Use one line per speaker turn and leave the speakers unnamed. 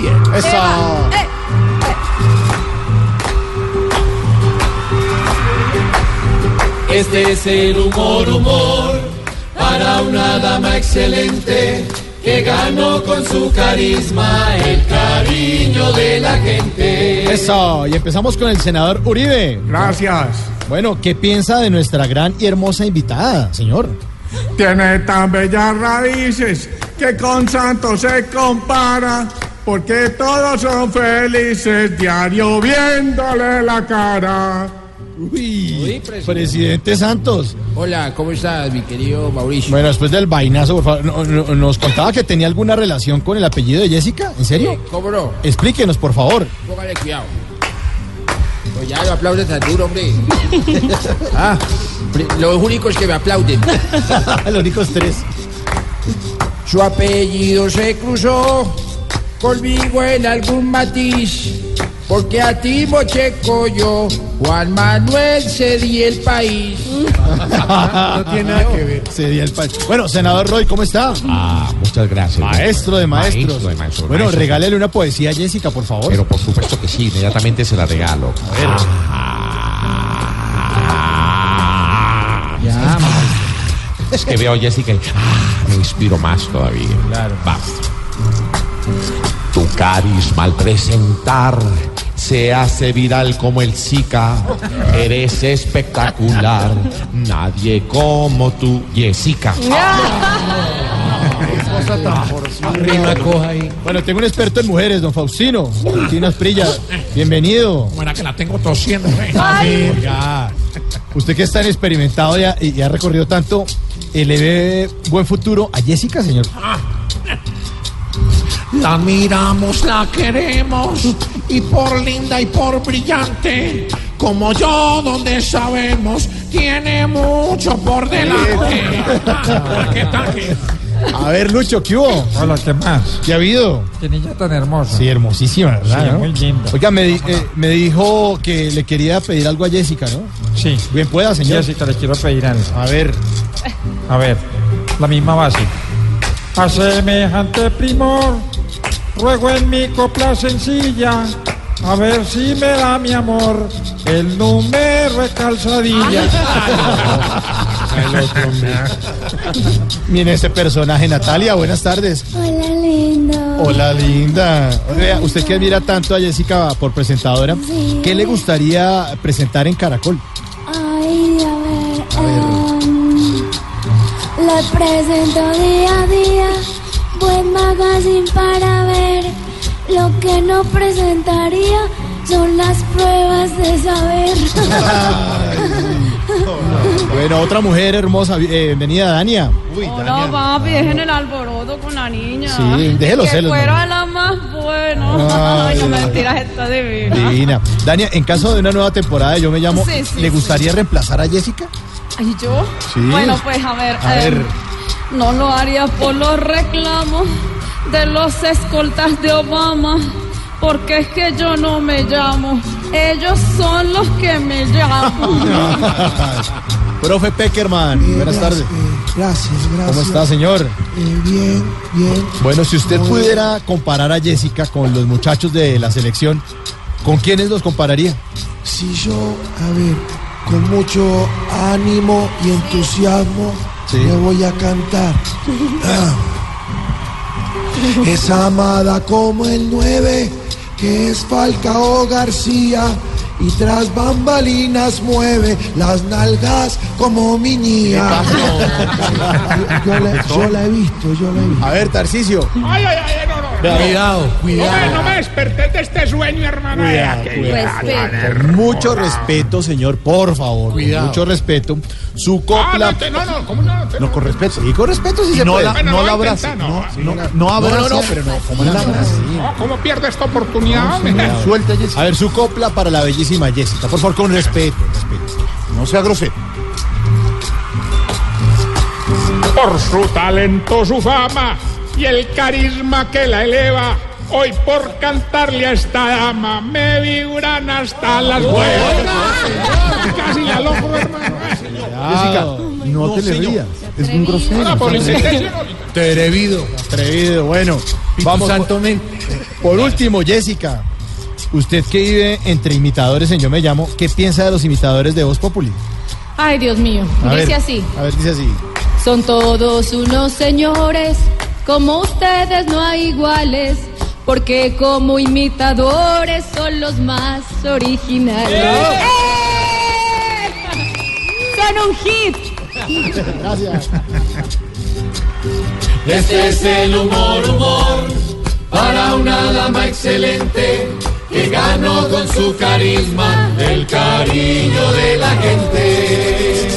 Eso.
Eh,
Este es el humor, humor, para una dama excelente que ganó con su carisma el cariño de la gente.
Eso. Y empezamos con el senador Uribe.
Gracias.
Bueno, ¿qué piensa de nuestra gran y hermosa invitada, señor?
Tiene tan bellas raíces que con santos se compara. Porque todos son felices diario viéndole la cara.
Uy,
presidente.
presidente Santos.
Hola, ¿cómo estás, mi querido Mauricio?
Bueno, después del vainazo, por favor, no- no- nos contaba que tenía alguna relación con el apellido de Jessica. ¿En serio?
¿Cómo no?
Explíquenos, por favor.
Póngale cuidado. Pues ya lo aplaudes tan duro, hombre. ah, pri- los únicos que me aplauden.
Los únicos tres.
Su apellido se cruzó conmigo en algún matiz, porque a ti Mocheco yo, Juan Manuel cedí el país.
No tiene nada que ver.
Sería el pa- Bueno, senador Roy, ¿cómo está?
Ah, muchas gracias.
Maestro de maestros.
Maestro de maestros.
Bueno,
Maestro.
regálele una poesía a Jessica, por favor.
Pero Ah, por supuesto que sí, inmediatamente se la regalo.
Ya,
Es que veo a Jessica y ah, me inspiro más todavía. Claro. Tu carisma al presentar se hace viral como el Zika. Eres espectacular. Nadie como tú, Jessica.
rima coja ahí.
Bueno, tengo un experto en mujeres, don Faustino. Faustino Asprilla, bienvenido.
Buena que la tengo tosiendo.
Ay,
Oiga, usted que es tan experimentado y ha, y ha recorrido tanto, eh, ¿le ve buen futuro a Jessica, señor?
La miramos, la queremos, y por linda y por brillante, como yo, donde sabemos, tiene mucho por delante.
Ah,
Taque, taque.
A ver, Lucho, ¿qué hubo?
Hola, ¿qué más?
¿Qué ha habido?
Qué niña tan hermosa.
Sí, hermosísima, ¿verdad?
Sí,
no?
muy linda.
Oiga, me, di- eh, me dijo que le quería pedir algo a Jessica, ¿no?
Sí.
Bien pueda, señor.
Jessica, le quiero pedir algo.
A ver,
A ver, la misma base. A semejante primor, ruego en mi copla sencilla, a ver si me da mi amor el número de calzadilla.
miren este personaje, Natalia, buenas tardes.
Hola, lindo.
Hola, linda. Oiga, usted que admira tanto a Jessica por presentadora,
Sí.
¿qué le gustaría presentar en Caracol?
Ay, a ver. em, los presento día a día. Buen magazine para ver. Lo que no presentaría son las pruebas de saber.
Bueno, otra mujer hermosa, eh, bienvenida, Dania. Uy,
Hola, papi, dejen el alboroto con la niña.
Sí, deje los
que
celos, mamá.
fuera la más buena.
Ay.
Ay, no mentiras, está divina.
Divina. Dania, en caso de una nueva temporada, de yo me llamo.
Sí, sí,
¿Le
sí.
gustaría reemplazar a Jessica?
¿Y yo?
Sí.
Bueno, pues a ver.
A
eh,
ver.
No lo haría por los reclamos de los escoltas de Obama. Porque es que yo no me llamo. Ellos son los que me llaman.
Profe Peckerman, buenas tardes.
Gracias, gracias.
¿Cómo está, señor?
Eh, bien, bien.
Bueno, si usted pudiera comparar a Jessica con los muchachos de la selección, ¿con quiénes los compararía?
Si yo, a ver, con mucho ánimo y entusiasmo,
Sí.
le voy a cantar. Ah. Es amada como el 9, que es Falcao García. Y tras bambalinas mueve las nalgas como mi niña. Yo, yo la, yo la he visto, yo la he visto.
A ver, Tarcicio.
Ay, ay, ay, no, no.
Cuidado,
No me,
cuidado.
no me desperté de este sueño, hermano.
Cuidado,
Vea que-
Pues,
cuidado.
Respeto.
Con mucho respeto, señor, por favor. con
Cuidado.
mucho respeto. Su
Ah,
copla.
no, te- no, no, ¿cómo no? Te-
No, con respeto. Y con respeto sí se
no
puede.
la- Bueno, no la voy a
abrace.
intentar, no. Sí,
No, no abrace.
no,
pero no. ¿Cómo la abrace?
No, ¿Cómo pierdo esta oportunidad, hombre?
Suelta, Jessica. A ver, su copla para la bellísima Jessica. Por favor, con respeto. respeto. No sea grosero.
Por su talento, su fama y el carisma que la eleva. Hoy por cantarle a esta dama me vibran hasta las huevas. Casi la logro, hermano.
Jessica, Ah, no, Ah, te le rías. Es un grosero.
Ahora, por insistencia, no.
Atrevido.
Atrevido, bueno. Vamos,
Santo men.
Por último, Jessica, usted que vive entre imitadores en Yo Me Llamo, ¿qué piensa de los imitadores de Voz Populi?
Ay, Dios mío.
A
Dice
ver,
así.
A ver, dice así.
Son todos unos señores, como ustedes no hay iguales, porque como imitadores son los más originales. ¡Eh! Son un hit.
Gracias.
Este es el humor, humor, para una dama excelente que ganó con su carisma el cariño de la gente.